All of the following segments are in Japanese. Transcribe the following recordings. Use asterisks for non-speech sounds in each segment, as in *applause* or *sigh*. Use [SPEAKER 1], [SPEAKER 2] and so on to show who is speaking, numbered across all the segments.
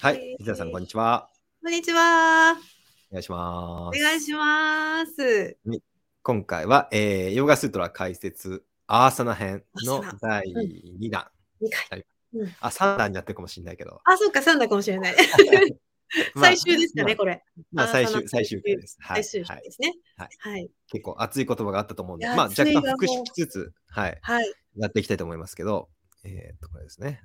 [SPEAKER 1] はい。伊沢さん、こんにちは。
[SPEAKER 2] こんにちは。
[SPEAKER 1] お願いしま
[SPEAKER 2] お
[SPEAKER 1] す。
[SPEAKER 2] 願いします。
[SPEAKER 1] 今回は、えー、ヨガスートラ解説、アーサナ編の
[SPEAKER 2] アーサ
[SPEAKER 1] 第2弾。
[SPEAKER 2] 二回。
[SPEAKER 1] あ、3弾になってるかもしれないけど。
[SPEAKER 2] あ、そうか、三だかもしれない。
[SPEAKER 1] *laughs* まあ
[SPEAKER 2] *laughs* 最終ですかね、これ。
[SPEAKER 1] まあ、
[SPEAKER 2] アーサ
[SPEAKER 1] 最
[SPEAKER 2] ナ
[SPEAKER 1] 終、最終回です。はい。
[SPEAKER 2] 最終
[SPEAKER 1] はい
[SPEAKER 2] ですね。
[SPEAKER 1] はい
[SPEAKER 2] はい。
[SPEAKER 1] 結構熱い言葉があったと思うんで、
[SPEAKER 2] いや
[SPEAKER 1] まあ、
[SPEAKER 2] 熱
[SPEAKER 1] 若
[SPEAKER 2] い
[SPEAKER 1] 干
[SPEAKER 2] わ
[SPEAKER 1] 復
[SPEAKER 2] も
[SPEAKER 1] 習
[SPEAKER 2] う
[SPEAKER 1] しつつ、はい、
[SPEAKER 2] はい。
[SPEAKER 1] やっていきたいと思いますけど、えーっと、これですね。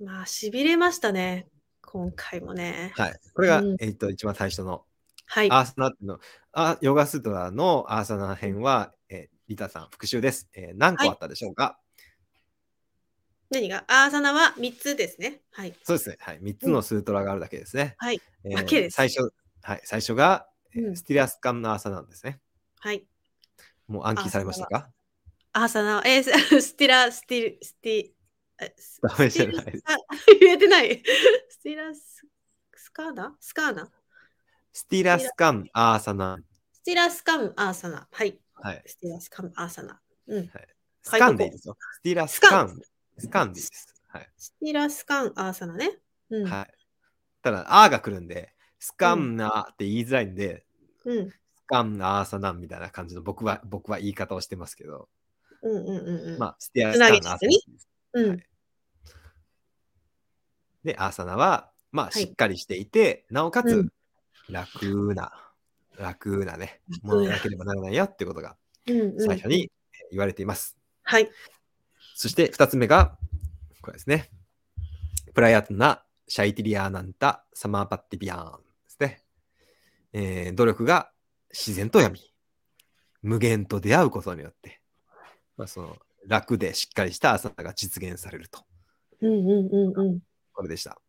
[SPEAKER 2] まあ、痺れましたね。今回もね。
[SPEAKER 1] はい。これが、
[SPEAKER 2] うん
[SPEAKER 1] えーっと、一番最初の、
[SPEAKER 2] はい。
[SPEAKER 1] アーサナの、あヨガスートラのアーサナ編は、えーリタさん、復習です。えー何個あったでしょうか、
[SPEAKER 2] 何がアーサナは三つですね。はい。
[SPEAKER 1] そうですね。はい。3つのスートラがあるだけですね。
[SPEAKER 2] はい
[SPEAKER 1] えー
[SPEAKER 2] だけです
[SPEAKER 1] 最初、はい。最初が、えー
[SPEAKER 2] うん
[SPEAKER 1] スティラスカムの朝なんですね。
[SPEAKER 2] はい。
[SPEAKER 1] もう暗記されましたか
[SPEAKER 2] アーサナは、えー *laughs* ススティラ、スティル、スティ、えス
[SPEAKER 1] ダメじゃない
[SPEAKER 2] スティルあ *laughs* 言えてない。 *laughs* スティラス、スカーナスカーナ
[SPEAKER 1] スティラスカムアーサナ。
[SPEAKER 2] スティラスカムアーサナ。はい。
[SPEAKER 1] はい。
[SPEAKER 2] スティラスカムアーサナ。うん。
[SPEAKER 1] スカンでいいですよ。スティラスカン。スカンでいいです。はい。
[SPEAKER 2] スティラスカンアーサナね。うん。
[SPEAKER 1] はい。ただ、アーが来るんで、スカンナーって言いづらいんで、
[SPEAKER 2] うん。
[SPEAKER 1] スカンナーアーサナみたいな感じの僕は、僕は言い方をしてますけど、
[SPEAKER 2] うんうんうんうん。
[SPEAKER 1] まあ、スティラスカムアーサナ
[SPEAKER 2] つなげ
[SPEAKER 1] で
[SPEAKER 2] ちうん
[SPEAKER 1] はいで、アーサナは、まあ、
[SPEAKER 2] は
[SPEAKER 1] し
[SPEAKER 2] い
[SPEAKER 1] っかりしていて、なおかつ、
[SPEAKER 2] うん
[SPEAKER 1] 楽な、楽なね、も
[SPEAKER 2] 楽な
[SPEAKER 1] のでなければならないよってことが
[SPEAKER 2] うんうん
[SPEAKER 1] 最初にえー言われています。
[SPEAKER 2] はい。
[SPEAKER 1] そして2つ目が、これですね。プラヤトナ、シャイティリアーナンタ、サマーパッティビアーンですね。えー努力が自然と闇、無限と出会うことによって、まあ、その楽でしっかりした朝が実現されると。
[SPEAKER 2] うんうんうんうん。
[SPEAKER 1] これでした。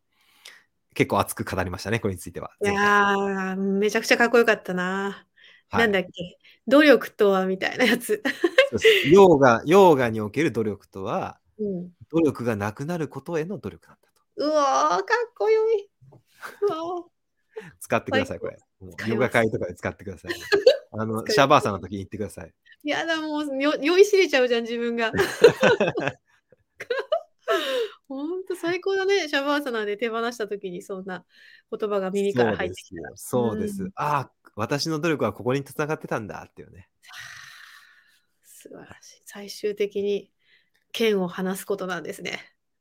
[SPEAKER 1] 結構熱く語りましたね、これについては。
[SPEAKER 2] いやー、めちゃくちゃかっこよかったな。
[SPEAKER 1] はい
[SPEAKER 2] なんだっけ、努力とはみたいな
[SPEAKER 1] *laughs*
[SPEAKER 2] やつ。
[SPEAKER 1] そうですヨーガ、ヨーガにおける努力とは、
[SPEAKER 2] うん、
[SPEAKER 1] 努力がなくなることへの努力なんだと。
[SPEAKER 2] うわー、かっこよい。うわ
[SPEAKER 1] 使ってください、これ。も
[SPEAKER 2] 使
[SPEAKER 1] う
[SPEAKER 2] います
[SPEAKER 1] ヨガ会とかで使ってく
[SPEAKER 2] *laughs*
[SPEAKER 1] ださい。あの、
[SPEAKER 2] 使います
[SPEAKER 1] シャバーさんの時に言ってください。
[SPEAKER 2] ー、やだ、もうよ酔いしれちゃうじゃん、自
[SPEAKER 1] *laughs*
[SPEAKER 2] 分が。ほんと最高だね、シャバーサナで手放したときにそんな言葉が耳から入ってきた。
[SPEAKER 1] そうですよ。そうです
[SPEAKER 2] うん
[SPEAKER 1] ああ、私の努力はここにつながってたんだっていうね。
[SPEAKER 2] 素晴らしい。最終的に剣を離すことなんですね。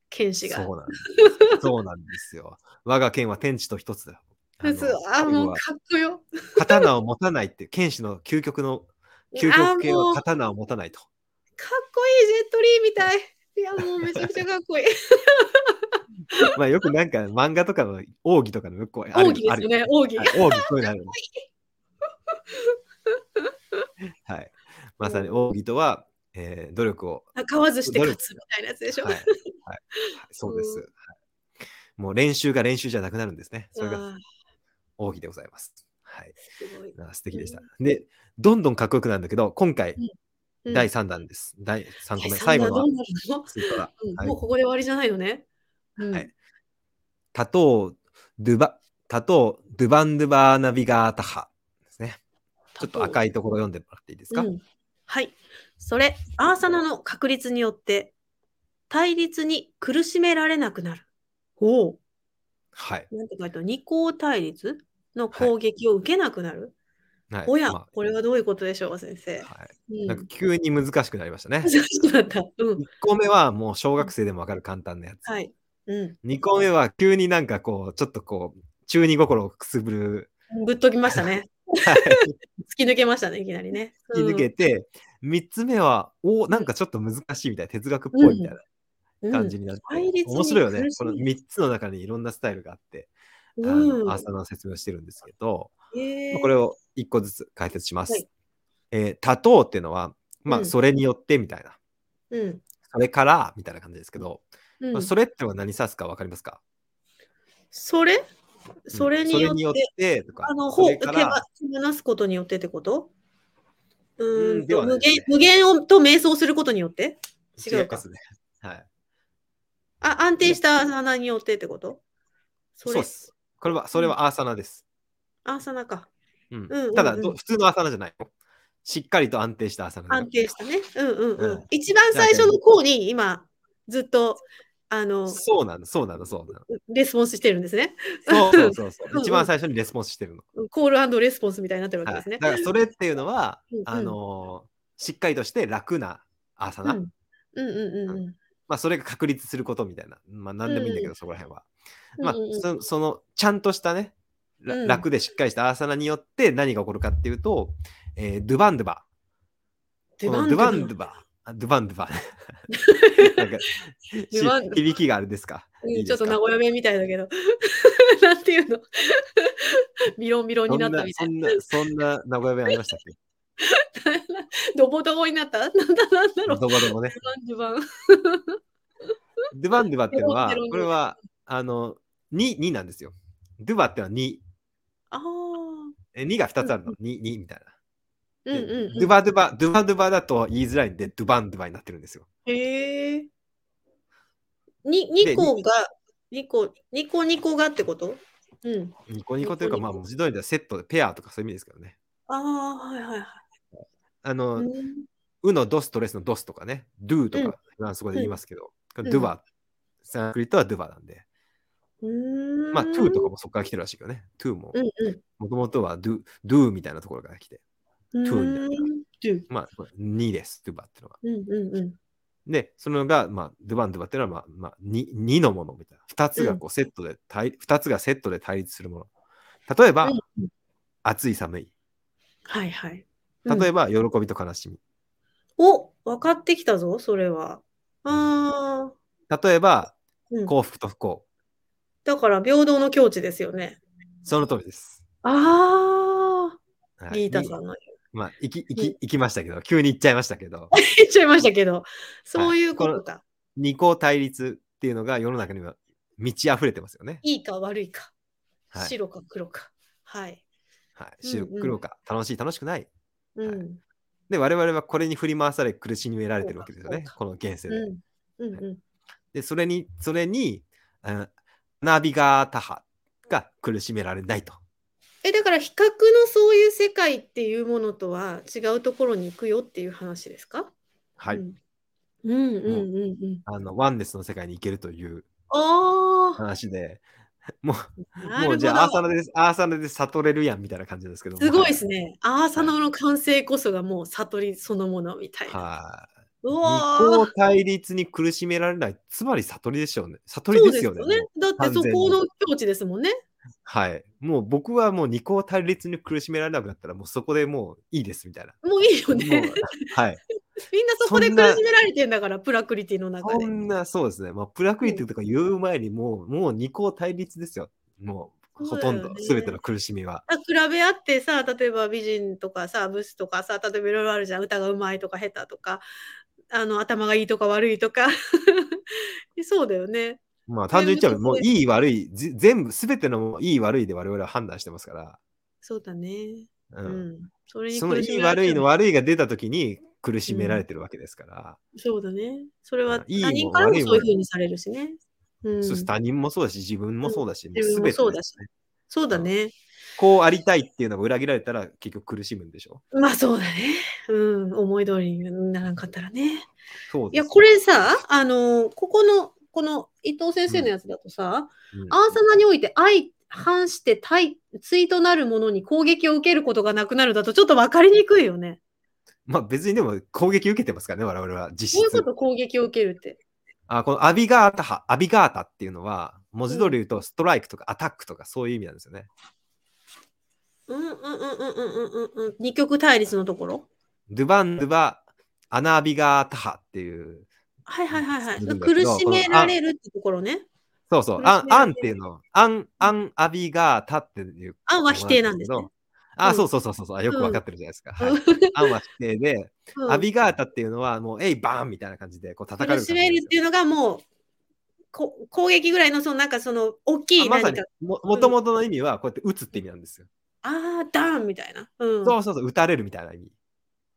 [SPEAKER 2] 剣士が。
[SPEAKER 1] そうなんです。そうなんですよ。我が剣は天地と一つだ。あの
[SPEAKER 2] そうあ、
[SPEAKER 1] 最後
[SPEAKER 2] もう
[SPEAKER 1] は
[SPEAKER 2] かっこよ。
[SPEAKER 1] 刀を持たないって、剣士の究極の、究
[SPEAKER 2] あ
[SPEAKER 1] 極系
[SPEAKER 2] も
[SPEAKER 1] は
[SPEAKER 2] うかっ
[SPEAKER 1] 刀を持たないと。
[SPEAKER 2] こいいジェットリーみたい。い
[SPEAKER 1] *laughs*
[SPEAKER 2] や、もうめちゃくちゃかっこいい。
[SPEAKER 1] まあよくなんか漫画とかの奥義とかの向こ *laughs* うある
[SPEAKER 2] 奥義ですよね、
[SPEAKER 1] あ
[SPEAKER 2] 奥
[SPEAKER 1] る
[SPEAKER 2] 義。
[SPEAKER 1] はい奥義こういうのある。はい。まさに奥義とは、えー努力を、
[SPEAKER 2] 買わずして勝つみたいなやつでしょ。
[SPEAKER 1] はいはいはい、そうです、
[SPEAKER 2] うん
[SPEAKER 1] はい。もう練習が練習じゃなくなるんですね。それが
[SPEAKER 2] あー
[SPEAKER 1] 奥義でございます。はい。
[SPEAKER 2] すごい
[SPEAKER 1] あ素敵でした。で、どんどんかっこよくなるんだけど、今回、
[SPEAKER 2] うん
[SPEAKER 1] 第3弾です。第3個目、
[SPEAKER 2] 第三弾
[SPEAKER 1] 最後
[SPEAKER 2] ど
[SPEAKER 1] の
[SPEAKER 2] うなるの
[SPEAKER 1] スートラ。
[SPEAKER 2] うん
[SPEAKER 1] はい
[SPEAKER 2] もうここで終わりじゃないのね。うん
[SPEAKER 1] はいタトー・ドゥバ、タトー・ドゥバンドゥバーナビガータハですね。ちょっと赤いところ読んでもらっていいですか、
[SPEAKER 2] うんはい。それ、アーサナの確率によって、対立に苦しめられなくなる。おお。
[SPEAKER 1] はい。
[SPEAKER 2] なんて書いてある二項対立の攻撃を受けなくなる。
[SPEAKER 1] はい、
[SPEAKER 2] おや、
[SPEAKER 1] まあ
[SPEAKER 2] これはどういうことでしょう、先生。
[SPEAKER 1] は
[SPEAKER 2] う
[SPEAKER 1] い、
[SPEAKER 2] ん
[SPEAKER 1] なんか急に難しくなりました
[SPEAKER 2] *laughs*
[SPEAKER 1] ね
[SPEAKER 2] 難。しくなった。うん
[SPEAKER 1] 1。個目はもう小学生でもわかる簡単なやつ。
[SPEAKER 2] はい。うん。
[SPEAKER 1] 2個目は急になんかこう、ちょっとこう、中二心をくすぶ
[SPEAKER 2] *laughs*
[SPEAKER 1] る、
[SPEAKER 2] ぶっときましたね。 *laughs*
[SPEAKER 1] はい、
[SPEAKER 2] 突き抜けましたね、いきなりね。
[SPEAKER 1] 突き抜けて、3つ目は、おなんかちょっと難しいみたいな、哲学っぽいみたい
[SPEAKER 2] うん
[SPEAKER 1] な感じになって、
[SPEAKER 2] うん対立に
[SPEAKER 1] 面白いよね
[SPEAKER 2] 苦。し
[SPEAKER 1] こ
[SPEAKER 2] み
[SPEAKER 1] の3つの中にいろんなスタイルがあって、
[SPEAKER 2] う
[SPEAKER 1] あ
[SPEAKER 2] ん。
[SPEAKER 1] の朝の説明をしてるんですけど、
[SPEAKER 2] へー
[SPEAKER 1] これを1個ずつ解説します。
[SPEAKER 2] はい
[SPEAKER 1] えー多頭っていうのは、ま
[SPEAKER 2] う
[SPEAKER 1] あ、
[SPEAKER 2] ん
[SPEAKER 1] それによってみたいな、
[SPEAKER 2] うん。
[SPEAKER 1] それからみたいな感じですけど、
[SPEAKER 2] うん
[SPEAKER 1] まあ、それってのは何指すか分かりますか、
[SPEAKER 2] それ
[SPEAKER 1] うん
[SPEAKER 2] それによって、
[SPEAKER 1] とか、
[SPEAKER 2] あの、
[SPEAKER 1] そ
[SPEAKER 2] ほ
[SPEAKER 1] れ
[SPEAKER 2] 手
[SPEAKER 1] か
[SPEAKER 2] ば
[SPEAKER 1] ら
[SPEAKER 2] 手放すことによってってことうー
[SPEAKER 1] うん
[SPEAKER 2] ん
[SPEAKER 1] で
[SPEAKER 2] と
[SPEAKER 1] はな
[SPEAKER 2] 無
[SPEAKER 1] いです
[SPEAKER 2] 限
[SPEAKER 1] ね
[SPEAKER 2] 無限をと瞑想することによって違うか
[SPEAKER 1] いますね。はい。
[SPEAKER 2] あ安定したアーサナによってってことそ
[SPEAKER 1] そう
[SPEAKER 2] れ
[SPEAKER 1] です。これは、それはアーサナです。
[SPEAKER 2] アーサナか。
[SPEAKER 1] うん
[SPEAKER 2] うんうん
[SPEAKER 1] ただ、ど普通のアーサナじゃないよ。しっかりと安定したアーサナ。
[SPEAKER 2] 安定したね。うんうんうん。
[SPEAKER 1] うん
[SPEAKER 2] 一番最初の項に今ずっとあの、
[SPEAKER 1] そうなの、そうなの、そうなの。
[SPEAKER 2] レスポンスしてるんですね。
[SPEAKER 1] そうそうそうそう
[SPEAKER 2] うんうん
[SPEAKER 1] 一番最初にレスポンスしてるの。
[SPEAKER 2] コールレスポンスみたいになってるわけ
[SPEAKER 1] は
[SPEAKER 2] で
[SPEAKER 1] い
[SPEAKER 2] すね。
[SPEAKER 1] だからそれっていうのは
[SPEAKER 2] うんう、ん
[SPEAKER 1] あのーしっかりとして楽なアーサナ、
[SPEAKER 2] うんうんうんうんうん。
[SPEAKER 1] まあそれが確立することみたいな、まあ何でもいいんだけど、
[SPEAKER 2] う
[SPEAKER 1] そこら辺は。まあ
[SPEAKER 2] うんうんうん
[SPEAKER 1] そそのちゃんとしたね、ら
[SPEAKER 2] うん
[SPEAKER 1] 楽でしっかりしたアーサナによって何が起こるかっていうと、えードゥバンドゥバ。
[SPEAKER 2] デ
[SPEAKER 1] こ
[SPEAKER 2] バ
[SPEAKER 1] の
[SPEAKER 2] ン
[SPEAKER 1] ド
[SPEAKER 2] ド
[SPEAKER 1] ゥ
[SPEAKER 2] ゥバ
[SPEAKER 1] バ
[SPEAKER 2] ン
[SPEAKER 1] ンド
[SPEAKER 2] ドゥ
[SPEAKER 1] ゥバ。あドゥバンド
[SPEAKER 2] *laughs*
[SPEAKER 1] ゥバ。なんかし
[SPEAKER 2] ドゥバンドゥバ
[SPEAKER 1] 響きがあれですか。
[SPEAKER 2] うん
[SPEAKER 1] いい
[SPEAKER 2] ちょ
[SPEAKER 1] で
[SPEAKER 2] っ
[SPEAKER 1] す
[SPEAKER 2] と
[SPEAKER 1] か
[SPEAKER 2] 名古屋弁みたいだけど。 *laughs* なんていうの *laughs* ビロンビロン
[SPEAKER 1] そ
[SPEAKER 2] に
[SPEAKER 1] ん
[SPEAKER 2] なった
[SPEAKER 1] な
[SPEAKER 2] みた
[SPEAKER 1] そ
[SPEAKER 2] いな。
[SPEAKER 1] んなそんな名古屋弁ありましたっ
[SPEAKER 2] *laughs*
[SPEAKER 1] け
[SPEAKER 2] ドボドボになったなん *laughs* だなんだろ
[SPEAKER 1] ど
[SPEAKER 2] う
[SPEAKER 1] こでもね。
[SPEAKER 2] デ
[SPEAKER 1] *laughs*
[SPEAKER 2] バン
[SPEAKER 1] ドゥバンドゥバっていうのは
[SPEAKER 2] ペロンペロン、
[SPEAKER 1] これは、あの、2、2なんですよ。ドゥバってのは2。
[SPEAKER 2] ああー。
[SPEAKER 1] え2が2つあるの。2、2みたい
[SPEAKER 2] うん
[SPEAKER 1] な。で
[SPEAKER 2] うん
[SPEAKER 1] ド
[SPEAKER 2] う
[SPEAKER 1] ゥ
[SPEAKER 2] ん。
[SPEAKER 1] バドゥバ、ドゥバドゥバだと言いづらいんで、ドゥバンドゥバになってるんですよ。
[SPEAKER 2] へえ。に2個が、2個、2個2個がってことうん。
[SPEAKER 1] ニコニコというか、
[SPEAKER 2] ニコ
[SPEAKER 1] ま
[SPEAKER 2] ニ
[SPEAKER 1] あ、
[SPEAKER 2] コ
[SPEAKER 1] 文字通りではセット、ペアとかそういう意味ですけどね。
[SPEAKER 2] ああ、はいはいはい。
[SPEAKER 1] あ
[SPEAKER 2] う
[SPEAKER 1] の、
[SPEAKER 2] ん
[SPEAKER 1] うのドストレスのドスとかね、ドゥと
[SPEAKER 2] うん
[SPEAKER 1] かフランス語で言いますけど、これ
[SPEAKER 2] うん
[SPEAKER 1] ドゥバ、サンスクリットはドゥバなんで、
[SPEAKER 2] うーん。
[SPEAKER 1] まあ、トゥーとかもそこから来てるらしいけどね、トゥーも
[SPEAKER 2] う、んうん。
[SPEAKER 1] もともとはドゥ、ドゥみたいなところから来て、
[SPEAKER 2] ト
[SPEAKER 1] ゥになる
[SPEAKER 2] トゥ。
[SPEAKER 1] まあ、2です、ドゥバってのは。
[SPEAKER 2] うんうんうん。
[SPEAKER 1] で、そのが、まあ、ドゥバンドゥバっていうのは、まあ、まあ、2, 2のものみたいな。2つがこうセットで対、二つがセットで対立するもの。例えば、
[SPEAKER 2] うんうん
[SPEAKER 1] 暑い寒い。
[SPEAKER 2] はいはい。うん
[SPEAKER 1] 例えば、喜びと悲しみ。
[SPEAKER 2] お、分かってきたぞ、それは。ああ、
[SPEAKER 1] 例えば、
[SPEAKER 2] うん
[SPEAKER 1] 幸福と不幸。
[SPEAKER 2] だから平等の境地ですよね。
[SPEAKER 1] その通りです。
[SPEAKER 2] ああ、
[SPEAKER 1] は
[SPEAKER 2] リータ
[SPEAKER 1] に
[SPEAKER 2] さんの
[SPEAKER 1] まあ、行き、行き、行きましたけど、急に行っちゃいましたけど、
[SPEAKER 2] 言っちゃいましたけど、そういうことか。
[SPEAKER 1] 二項対立っていうのが世の中には満ち溢れてますよね。
[SPEAKER 2] いいか悪いか、
[SPEAKER 1] はい。
[SPEAKER 2] 白か黒か。はい。
[SPEAKER 1] はい、
[SPEAKER 2] うん
[SPEAKER 1] 白
[SPEAKER 2] うん
[SPEAKER 1] 黒か、楽しい、楽しくない。
[SPEAKER 2] うん。
[SPEAKER 1] はいで、我々はこれに振り回され苦しめられてるわけですよ
[SPEAKER 2] そう
[SPEAKER 1] ね
[SPEAKER 2] か。
[SPEAKER 1] この現世で。
[SPEAKER 2] うん。うんう
[SPEAKER 1] で、それに、それに、あナビガータハが苦しめられないと。
[SPEAKER 2] ん、えだから比較のそういう世界っていうものとは違うところに行くよっていう話ですか
[SPEAKER 1] はい。
[SPEAKER 2] うんうんうんうんうん。
[SPEAKER 1] あの、ワンネスの世界に行けるという
[SPEAKER 2] あ
[SPEAKER 1] 話で、も
[SPEAKER 2] あ、
[SPEAKER 1] う、
[SPEAKER 2] な
[SPEAKER 1] もう
[SPEAKER 2] る
[SPEAKER 1] じゃあ、アー
[SPEAKER 2] ほ
[SPEAKER 1] サ
[SPEAKER 2] ど。
[SPEAKER 1] ナで、アーサナで悟れるやんみたいな感じですけども
[SPEAKER 2] すごいです。ね。アーサノの完成こそがもう悟りそのものみたいな。
[SPEAKER 1] はい。
[SPEAKER 2] うわ
[SPEAKER 1] 二
[SPEAKER 2] ー
[SPEAKER 1] 項対立に苦しめられない、つまり悟りでしょうね。悟
[SPEAKER 2] そ
[SPEAKER 1] りで
[SPEAKER 2] うですす
[SPEAKER 1] よ
[SPEAKER 2] よ
[SPEAKER 1] ね。
[SPEAKER 2] ね
[SPEAKER 1] もう。
[SPEAKER 2] だってそ
[SPEAKER 1] 完全
[SPEAKER 2] こ
[SPEAKER 1] に
[SPEAKER 2] の境地ですもんね。
[SPEAKER 1] はい。もう僕はもう二項対立に苦しめられなくなったら、もうそこでもういいですみたいな。
[SPEAKER 2] もういいよ
[SPEAKER 1] も
[SPEAKER 2] *laughs* ね
[SPEAKER 1] う。はい。
[SPEAKER 2] みんなそこで
[SPEAKER 1] そん
[SPEAKER 2] 苦
[SPEAKER 1] な
[SPEAKER 2] しめられてんだから、プラクリティの中
[SPEAKER 1] そ
[SPEAKER 2] で。
[SPEAKER 1] んな、そうですね。まあ、プラクリティとか言う前にもう、もう二項対立ですよ。もう、
[SPEAKER 2] そ
[SPEAKER 1] ほ
[SPEAKER 2] う
[SPEAKER 1] と
[SPEAKER 2] だよ
[SPEAKER 1] ん
[SPEAKER 2] ね
[SPEAKER 1] ど、すべての苦しみは。
[SPEAKER 2] あ比べ合ってさ、例えば美人とかさ、ブスとかさ、例えばいろいろあるじゃん。歌がうまいとか下手とか、あの頭がいいとか悪いとか。 *laughs* そうだよね。
[SPEAKER 1] まあ、単純に言っちゃ
[SPEAKER 2] で
[SPEAKER 1] う
[SPEAKER 2] も
[SPEAKER 1] も
[SPEAKER 2] そうう
[SPEAKER 1] いい悪い、ぜ全部、すべてのいい悪いで我々は判断してますから。
[SPEAKER 2] そうだね。
[SPEAKER 1] う。
[SPEAKER 2] うんん。それに
[SPEAKER 1] その
[SPEAKER 2] 苦
[SPEAKER 1] い
[SPEAKER 2] し
[SPEAKER 1] い
[SPEAKER 2] めら
[SPEAKER 1] 悪
[SPEAKER 2] れ
[SPEAKER 1] い
[SPEAKER 2] て
[SPEAKER 1] の
[SPEAKER 2] も
[SPEAKER 1] 悪いが出たときに苦しめられてるわけですから。
[SPEAKER 2] そうだね。それ
[SPEAKER 1] うん
[SPEAKER 2] はい
[SPEAKER 1] いも
[SPEAKER 2] 他人からも
[SPEAKER 1] 悪いも
[SPEAKER 2] そういうふうにされるしね。うん。
[SPEAKER 1] そうです他人もそうだし、自分もそうだし、もう
[SPEAKER 2] 自
[SPEAKER 1] す
[SPEAKER 2] 分
[SPEAKER 1] べて
[SPEAKER 2] もそう
[SPEAKER 1] で
[SPEAKER 2] だ
[SPEAKER 1] す
[SPEAKER 2] し
[SPEAKER 1] ね。
[SPEAKER 2] そうだね。
[SPEAKER 1] こうありたいっていうのが裏切られたら結局苦しむんでしょ
[SPEAKER 2] まあそうだね。うん。思い通りにならんかったらね。
[SPEAKER 1] そう
[SPEAKER 2] い
[SPEAKER 1] です
[SPEAKER 2] や、これさ、あの、ここの、この伊藤先生のやつだとさ、
[SPEAKER 1] うん
[SPEAKER 2] アーサナにおいて相反して対、対となるものに攻撃を受けることがなくなるだとちょっと分かりにくいよね。
[SPEAKER 1] まあ別にでも攻撃受けてますからね、我々は実
[SPEAKER 2] どういうこ
[SPEAKER 1] 質。
[SPEAKER 2] と攻撃を受けるって。
[SPEAKER 1] あこのアビガータ派、アビガータっていうのは、文字通り言うと、ストライクとかアタックとかそういう意味なんですよね。
[SPEAKER 2] うんうんうんうんうんうんうんうん。二極対立のところ
[SPEAKER 1] ドゥバンドゥバ、アナアビガータ派っていう、
[SPEAKER 2] はいはいはいはい。
[SPEAKER 1] するんだけ
[SPEAKER 2] 苦
[SPEAKER 1] ど
[SPEAKER 2] しめられるってところね。
[SPEAKER 1] そうそう、
[SPEAKER 2] 苦しめら
[SPEAKER 1] ア
[SPEAKER 2] れ
[SPEAKER 1] ン
[SPEAKER 2] る
[SPEAKER 1] アンっていうの、アン、アンアビガータっていう。
[SPEAKER 2] アンは否定なんですね。
[SPEAKER 1] あ、
[SPEAKER 2] うん
[SPEAKER 1] そうそうそうそうそう、よくわかってるじゃないですか。はい、アンは否定で、
[SPEAKER 2] うん
[SPEAKER 1] アビガータっていうのは、もう、えい、バーンみたいな感じで、こう、叩かれる
[SPEAKER 2] 苦し
[SPEAKER 1] 感じな
[SPEAKER 2] め
[SPEAKER 1] んで
[SPEAKER 2] る
[SPEAKER 1] す
[SPEAKER 2] っ
[SPEAKER 1] よ
[SPEAKER 2] ていうのがもう、こ攻撃ぐらいの、そのなんかその、大きい
[SPEAKER 1] あま
[SPEAKER 2] 何
[SPEAKER 1] さ
[SPEAKER 2] か
[SPEAKER 1] にも、もともとの意味は、こうやって打つって意味なんですよ。
[SPEAKER 2] あー、ダーンみたいな。うん。
[SPEAKER 1] そうそうそう、打たれるみたいな意味。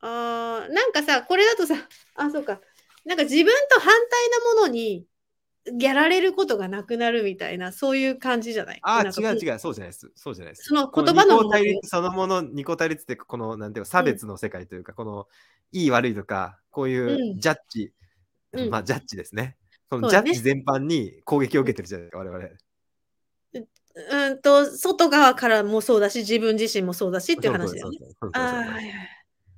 [SPEAKER 2] あーなんかさ、これだとさ、あ、そうか。なんか自分と反対なものにやられることがなくなるみたいな、そういう感じじゃない
[SPEAKER 1] ああ、
[SPEAKER 2] なんか
[SPEAKER 1] 違う違う、そうじゃないです。そうじゃないです。
[SPEAKER 2] その
[SPEAKER 1] こ
[SPEAKER 2] 言葉
[SPEAKER 1] 二
[SPEAKER 2] の
[SPEAKER 1] 項対立そのもの、二項対立っていうか、この、なんていうか、差別の世界というか、この、いい悪いとか、こういううジャッジ、
[SPEAKER 2] うん
[SPEAKER 1] まあ、ジャッジですね。そ
[SPEAKER 2] そ
[SPEAKER 1] の
[SPEAKER 2] う
[SPEAKER 1] ジャ
[SPEAKER 2] だね
[SPEAKER 1] ッジ全般に攻撃を受けてるじゃないですか、我々。
[SPEAKER 2] うんと外側からもそうだし自分自身もそうだしっていう話だよね。
[SPEAKER 1] そうそうそうそう。
[SPEAKER 2] ああーは
[SPEAKER 1] そうそうそう
[SPEAKER 2] いはい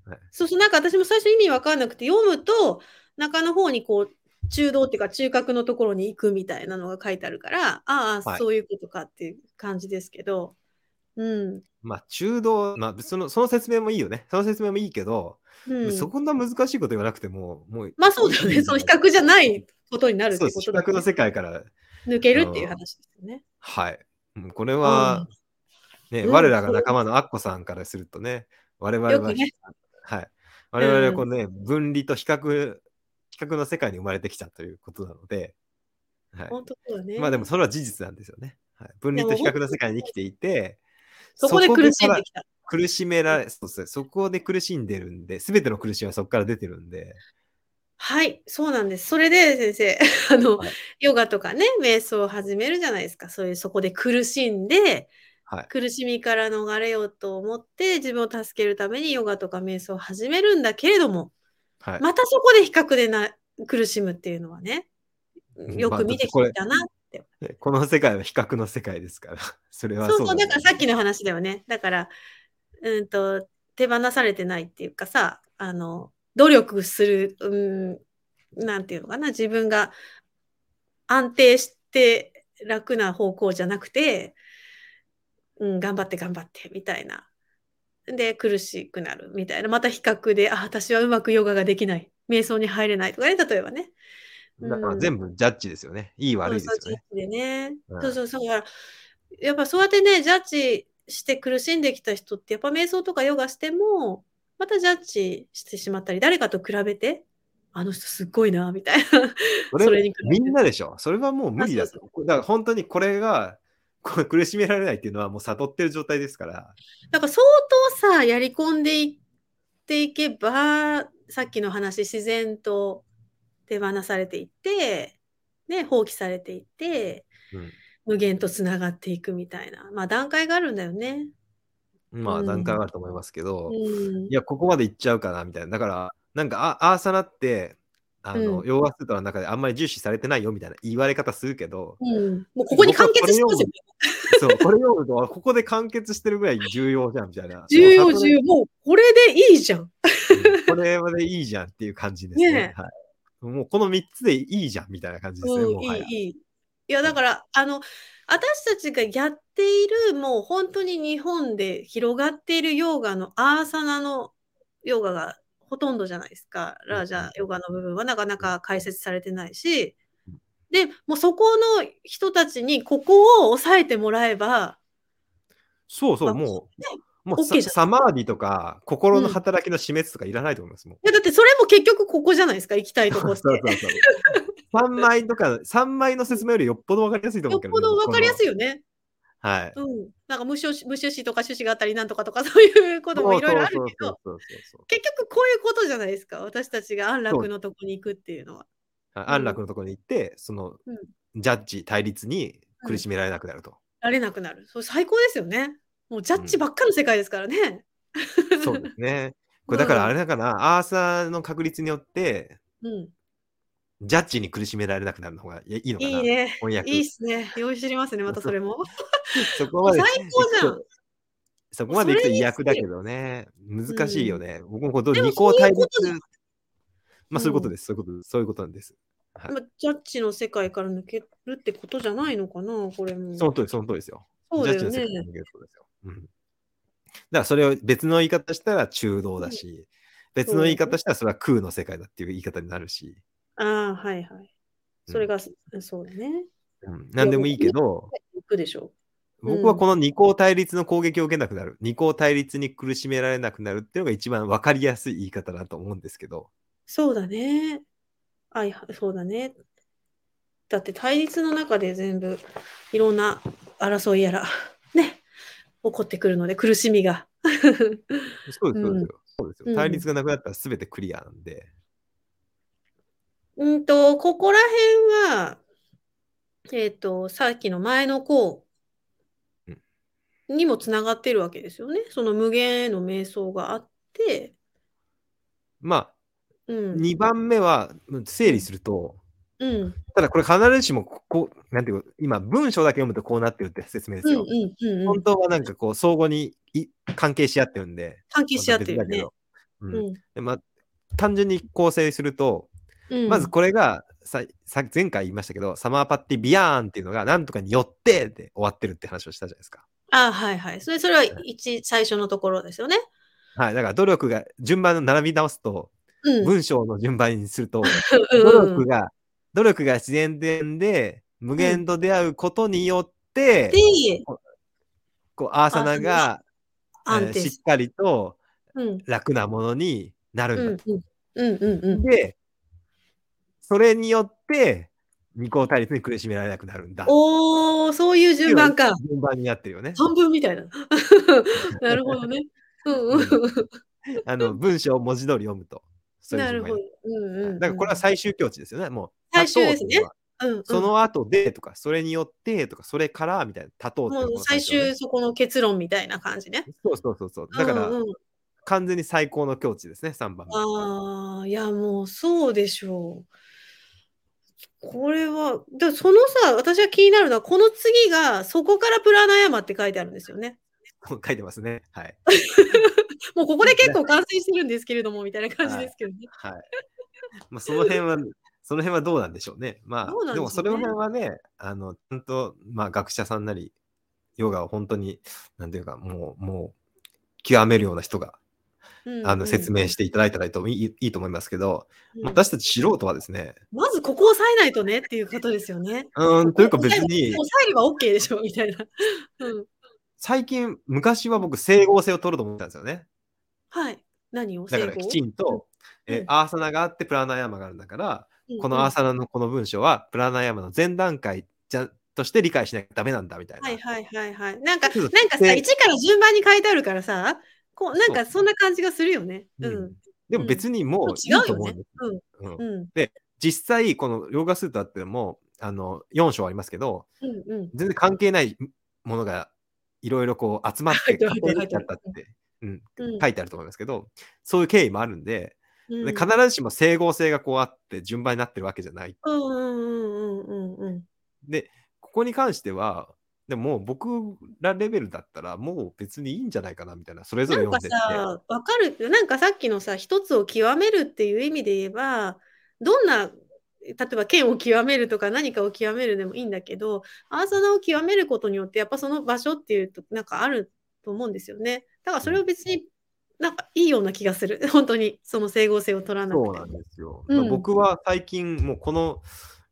[SPEAKER 1] はい
[SPEAKER 2] そうそうなんか私も最初意味わかんなくて読むと中の方にこう中道っていうか中核のところに行くみたいなのが書いてあるからああ、
[SPEAKER 1] はい
[SPEAKER 2] そういうことかっていう感じですけど、うん
[SPEAKER 1] まあ、中道、まあ、その、その説明もいいよね。その説明もいいけど、
[SPEAKER 2] うん、
[SPEAKER 1] そこんな難しいこと言わなくても、もう。
[SPEAKER 2] まあそうだよねその比較じゃないことになるって
[SPEAKER 1] そう
[SPEAKER 2] こ
[SPEAKER 1] です。比
[SPEAKER 2] とだ
[SPEAKER 1] 較
[SPEAKER 2] よ
[SPEAKER 1] の
[SPEAKER 2] ね
[SPEAKER 1] 世界から、
[SPEAKER 2] 抜けるっていう話ですよね。
[SPEAKER 1] はい。もうこれは、ね、
[SPEAKER 2] うん
[SPEAKER 1] 我らが仲間のアッコさんからするとね、我々
[SPEAKER 2] よ
[SPEAKER 1] は、
[SPEAKER 2] くね
[SPEAKER 1] はい。我々はこうね、分離と比較、比較の世界に生まれてきたということなので、はい。
[SPEAKER 2] 本当そうだね。
[SPEAKER 1] まあでもそれは事実なんですよね。はい、分離と比較の世界に生きていて、
[SPEAKER 2] そこで苦しんで
[SPEAKER 1] ら
[SPEAKER 2] きた。
[SPEAKER 1] 苦しめられ、そうですねそこで苦しんでるんで、すべての苦しみはそこから出てるんで、
[SPEAKER 2] はい、そうなんです。それで先生、あの、
[SPEAKER 1] はい
[SPEAKER 2] ヨガとかね、瞑想を始めるじゃないですか。そういうそこで苦しんで、
[SPEAKER 1] はい。
[SPEAKER 2] 苦しみから逃れようと思って、自分を助けるためにヨガとか瞑想を始めるんだけれども、
[SPEAKER 1] はい、
[SPEAKER 2] またそこで比較でな苦しむっていうのはね、
[SPEAKER 1] ん
[SPEAKER 2] よく見てきたな。
[SPEAKER 1] でこの世界は比較の世界ですから、 *laughs* それは
[SPEAKER 2] そう
[SPEAKER 1] そ
[SPEAKER 2] そうう
[SPEAKER 1] なん
[SPEAKER 2] だ
[SPEAKER 1] で
[SPEAKER 2] からさっきの話だよね。だから、うんと、手放されてないっていうかさ、あの、努力する、うん、なんていうのかな、自分が安定して楽な方向じゃなくて、うん、頑張って頑張ってみたいな。で、苦しくなるみたいな。また比較で、あ、私はうまくヨガができない。瞑想に入れないとかね、例えばね。
[SPEAKER 1] すだから全部ジャッジですよね。いい悪いです
[SPEAKER 2] そうそ
[SPEAKER 1] よ
[SPEAKER 2] う
[SPEAKER 1] ね。
[SPEAKER 2] ジャッジでね。
[SPEAKER 1] うん
[SPEAKER 2] そうそうそう。だから、やっぱそうやってね、ジャッジして苦しんできた人って、やっぱ瞑想とかヨガしても、またジャッジしてしまったり、誰かと比べて、あの人すっごいな、みたいな。
[SPEAKER 1] そ
[SPEAKER 2] そ
[SPEAKER 1] れ
[SPEAKER 2] れに比べ
[SPEAKER 1] み
[SPEAKER 2] て
[SPEAKER 1] んなでしょ。それはもう無理だ
[SPEAKER 2] あそ
[SPEAKER 1] と。だから本当にこれが、 *laughs* これ苦しめられないっていうのはもう悟ってる状態ですから、
[SPEAKER 2] だから相当さ、やり込んでいっていけば、さっきの話、自然と手放されていって、ね、放棄されていって、
[SPEAKER 1] うん
[SPEAKER 2] 無限とつながっていくみたいな。まあ段階があるんだよね。
[SPEAKER 1] まあ段階があると思いますけど、
[SPEAKER 2] うん
[SPEAKER 1] い。や、ここまで行っちゃうかなみたいな。だから、なんかアアーサナって、あの、
[SPEAKER 2] うん
[SPEAKER 1] ヨガスートラの中であんまり重視されてないよみたいな言われ方するけど、
[SPEAKER 2] うん、もうここに完結してますよね。
[SPEAKER 1] そう、これ読むと、あここで完結してるぐらい重要じゃんみたいな。
[SPEAKER 2] 重要、
[SPEAKER 1] もう
[SPEAKER 2] 重要。もうこれでいいじゃん。
[SPEAKER 1] 悟れうんこれまでいいじゃんっていう感じですね。
[SPEAKER 2] ね
[SPEAKER 1] はいもうこの3つでいいじゃんみたいな感じですね。
[SPEAKER 2] うん、
[SPEAKER 1] もはや
[SPEAKER 2] いい、いい。いや、だから、あの、私たちがやっている、もう本当に日本で広がっているヨガのアーサナのヨガがほとんどじゃないですか。
[SPEAKER 1] ん
[SPEAKER 2] ラージャヨガの部分はなかなか解説されてないし。で、もうそこの人たちにここを抑えてもらえば、
[SPEAKER 1] そうそう、
[SPEAKER 2] あ
[SPEAKER 1] も
[SPEAKER 2] ね
[SPEAKER 1] う、もう
[SPEAKER 2] OK
[SPEAKER 1] さ
[SPEAKER 2] じゃん
[SPEAKER 1] サマーディとか、心の働きの死滅とかいらないと思います。もう
[SPEAKER 2] いやだってそれも結局ここじゃないですか、行きたいとこって。
[SPEAKER 1] *laughs* そうそうそう3枚とか、三枚の説明よりよっぽど分かりやすいと思
[SPEAKER 2] よ
[SPEAKER 1] う
[SPEAKER 2] っ
[SPEAKER 1] けど
[SPEAKER 2] ぽ
[SPEAKER 1] ね、
[SPEAKER 2] ど分かりやす
[SPEAKER 1] い。
[SPEAKER 2] いよね。
[SPEAKER 1] はい。
[SPEAKER 2] うん、なんか無償し無収支とか種子があったりなんとかとかそういうこともいろいろあるけど
[SPEAKER 1] そうそうそうそう
[SPEAKER 2] 結局こういうことじゃないですか私たちが安楽のとこに行くっていうのは。
[SPEAKER 1] はい安楽のところに行って、その、
[SPEAKER 2] うん
[SPEAKER 1] ジャッジ対立に苦しめられなくなると。
[SPEAKER 2] られなくなるそう最高ですよね。もうジャッジばっかの世界ですからね。
[SPEAKER 1] そうですね。これだからあれだから、アーサーの確率によって、
[SPEAKER 2] うん、
[SPEAKER 1] ジャッジに苦しめられなくなるのがいいいのかな。
[SPEAKER 2] いいね。
[SPEAKER 1] 翻訳
[SPEAKER 2] いいっすね。用意知りますね、またそれも。
[SPEAKER 1] そこまで
[SPEAKER 2] 最高じゃん。
[SPEAKER 1] そこまでいくと
[SPEAKER 2] それい
[SPEAKER 1] 違
[SPEAKER 2] いっすよ
[SPEAKER 1] 約だけどね、難しいよね。僕もこう
[SPEAKER 2] でも
[SPEAKER 1] 二項対
[SPEAKER 2] そういう
[SPEAKER 1] 立
[SPEAKER 2] ことじゃん。
[SPEAKER 1] まあそういうことです。そういうことです。そういうことなんです。はい
[SPEAKER 2] まあジャッジの世界から抜けるってことじゃないのかな、これも。
[SPEAKER 1] その通り、その通りですよ。
[SPEAKER 2] そうだよ
[SPEAKER 1] ジャッジの世界
[SPEAKER 2] ね
[SPEAKER 1] に。逃げることですよ。うん。だからそれを別の言い方したら中道だし、別の言い方したらそれは空の世界だっていう言い方になるし、
[SPEAKER 2] ああ、はいはい。
[SPEAKER 1] うん
[SPEAKER 2] それが、そうだね。
[SPEAKER 1] うん、何でもいいけど、
[SPEAKER 2] 行くでしょう。うん
[SPEAKER 1] 僕はこの二項対立の攻撃を受けなくなる、二項対立に苦しめられなくなるっていうのが一番分かりやすい言い方だと思うんですけど、
[SPEAKER 2] そうだね。あ、いやそうだね。だって対立の中で全部いろんな争いやら、 *laughs* ね、起こってくるので苦しみが。 *laughs*
[SPEAKER 1] そうです、そうですよ。そうです
[SPEAKER 2] う
[SPEAKER 1] よ
[SPEAKER 2] ん
[SPEAKER 1] 対立がなくなったら全てクリアなんで、
[SPEAKER 2] うんと、ここら辺は、えっと、さっきの前の項
[SPEAKER 1] うん
[SPEAKER 2] にもつながってるわけですよね。その無限への瞑想があって、
[SPEAKER 1] まあ、
[SPEAKER 2] うん、
[SPEAKER 1] 2番目は整理すると、
[SPEAKER 2] うん。
[SPEAKER 1] ただこれ必ずしもここう、なんていうか、今文章だけ読むとこうなってるって説明です
[SPEAKER 2] うん
[SPEAKER 1] よ。
[SPEAKER 2] うんうんう
[SPEAKER 1] 本
[SPEAKER 2] ん。
[SPEAKER 1] 当はなんかこう、相互にい関係し合ってるんで。
[SPEAKER 2] 関係し合ってるよ
[SPEAKER 1] ま。た別だ
[SPEAKER 2] ね
[SPEAKER 1] けどうん
[SPEAKER 2] うん
[SPEAKER 1] でまあ、単純に構成すると、
[SPEAKER 2] うん。
[SPEAKER 1] まずこれがささ前回言いましたけど、サマーパッティビヤーンっていうのがなんとかによってで終わってるって話をしたじゃないですか。
[SPEAKER 2] ああはいはい。それそれは一最初のところですよね。
[SPEAKER 1] はい。だから努力が順番の並び直すと、
[SPEAKER 2] うん。
[SPEAKER 1] 文章の順番にすると、
[SPEAKER 2] うん
[SPEAKER 1] 努
[SPEAKER 2] うん
[SPEAKER 1] 力が、努力が自然で無限と出会うことによって、
[SPEAKER 2] で、
[SPEAKER 1] こうアーサナが、え
[SPEAKER 2] 安
[SPEAKER 1] ー
[SPEAKER 2] 定
[SPEAKER 1] しっ
[SPEAKER 2] し
[SPEAKER 1] かりと
[SPEAKER 2] うん
[SPEAKER 1] 楽なものになるんだ
[SPEAKER 2] うんうんうんうんうん。
[SPEAKER 1] で、それによって、二項対立に苦しめられなくなるんだ。
[SPEAKER 2] おー、そういう順番か。
[SPEAKER 1] 順番になってるよね。
[SPEAKER 2] 半分みたいな。 *laughs* なるほどね。うん *laughs* うん
[SPEAKER 1] あの、文章を文字通り読むと。そういう
[SPEAKER 2] な
[SPEAKER 1] 順
[SPEAKER 2] る
[SPEAKER 1] 番
[SPEAKER 2] ほど。
[SPEAKER 1] に
[SPEAKER 2] うんうん
[SPEAKER 1] な
[SPEAKER 2] う
[SPEAKER 1] る
[SPEAKER 2] ん。
[SPEAKER 1] だからこれは最終境地ですよね、もう。
[SPEAKER 2] 最終です
[SPEAKER 1] 多
[SPEAKER 2] ね
[SPEAKER 1] 頭って
[SPEAKER 2] うんうん
[SPEAKER 1] いうのはその後でとか、それによってとか、それからみたいな、多頭ってい
[SPEAKER 2] も
[SPEAKER 1] うの
[SPEAKER 2] う
[SPEAKER 1] が
[SPEAKER 2] 最
[SPEAKER 1] 頭ね
[SPEAKER 2] 終そこの結論みたいな感じね。
[SPEAKER 1] そうそうそうそう。だから、
[SPEAKER 2] うんうん
[SPEAKER 1] 完全に最高の境地ですね、3番目。
[SPEAKER 2] ああ、いや、もうそうでしょう。これは、で、そのさ、私が気になるのは、この次が、そこからプラナヤマって書いてあるんですよね。
[SPEAKER 1] 書いてますね。はい。
[SPEAKER 2] もうここで結構完成してるんですけれども、みたいな感じですけどね。
[SPEAKER 1] はい。まあ、その辺は、その辺はどうなんでしょうね。ま
[SPEAKER 2] どう
[SPEAKER 1] あ、
[SPEAKER 2] なん
[SPEAKER 1] で
[SPEAKER 2] でしょうね
[SPEAKER 1] もそれの辺はね、あの、ちゃんと、まあ、学者さんなり、ヨガを本当に、なんていうか、もう、もう、極めるような人が、あの、説明していただいたらいいといいいいと思いますけど、
[SPEAKER 2] うん
[SPEAKER 1] 私たち素人はですね、
[SPEAKER 2] まずここを押さえないとねっていうことですよね。
[SPEAKER 1] うーん、というか別に
[SPEAKER 2] 押、さえれば OK でしょ、みたいな。 *laughs* うん。
[SPEAKER 1] 最近、昔は僕、整合性を取ると思ってたんですよね。
[SPEAKER 2] はい。何を
[SPEAKER 1] だから、きちんと、え
[SPEAKER 2] うん
[SPEAKER 1] アーサナがあって、プラナヤマがあるんだから、このアー
[SPEAKER 2] 朝
[SPEAKER 1] サナのこの文章は、プラナヤマの前段階じゃとして理解しなきゃダメなんだみたいな。
[SPEAKER 2] はいはいはいはい。なんか、
[SPEAKER 1] ちょっと
[SPEAKER 2] なんかさ、
[SPEAKER 1] で
[SPEAKER 2] 1から順番に書いてあるからさ、こう、なんか
[SPEAKER 1] そう
[SPEAKER 2] そんな感じがするよね。う
[SPEAKER 1] うんん。でも別にもうい
[SPEAKER 2] 違う
[SPEAKER 1] いと
[SPEAKER 2] よ
[SPEAKER 1] 思う
[SPEAKER 2] ね
[SPEAKER 1] んです。。
[SPEAKER 2] うん
[SPEAKER 1] うん
[SPEAKER 2] うん
[SPEAKER 1] 実際、このヨガスーターってのもあの4章ありますけど、
[SPEAKER 2] うんうん。
[SPEAKER 1] 全然関係ないものがいろいろこう集まっ
[SPEAKER 2] 入
[SPEAKER 1] て
[SPEAKER 2] ってる
[SPEAKER 1] 勝手にできちゃったっ
[SPEAKER 2] 入
[SPEAKER 1] て、うん、
[SPEAKER 2] うん
[SPEAKER 1] 書いてあると思いますけど、そういう経緯もあるんで、
[SPEAKER 2] うん
[SPEAKER 1] で必ずしも整合性がこうあって順番になってるわけじゃない。
[SPEAKER 2] うんうんうんうんうんうん。
[SPEAKER 1] で、ここに関しては、でももう僕らレベルだったらもう別にいいんじゃないかなみたいな、それぞ
[SPEAKER 2] な
[SPEAKER 1] れ
[SPEAKER 2] ん
[SPEAKER 1] 読
[SPEAKER 2] か
[SPEAKER 1] んでって。
[SPEAKER 2] さ、わかる。なんかさっきのさ、一つを極めるっていう意味で言えば、どんな、例えば剣を極めるとか何かを極めるでもいいんだけど、アーサナを極めることによって、やっぱその場所っていうと、なんかあると思うんですよね。だからそれを別に、なんかいいような気がする。本当に、その整合性を取らな
[SPEAKER 1] そう
[SPEAKER 2] くて
[SPEAKER 1] なん。ですよ。
[SPEAKER 2] うん
[SPEAKER 1] 僕は最近、もうこの、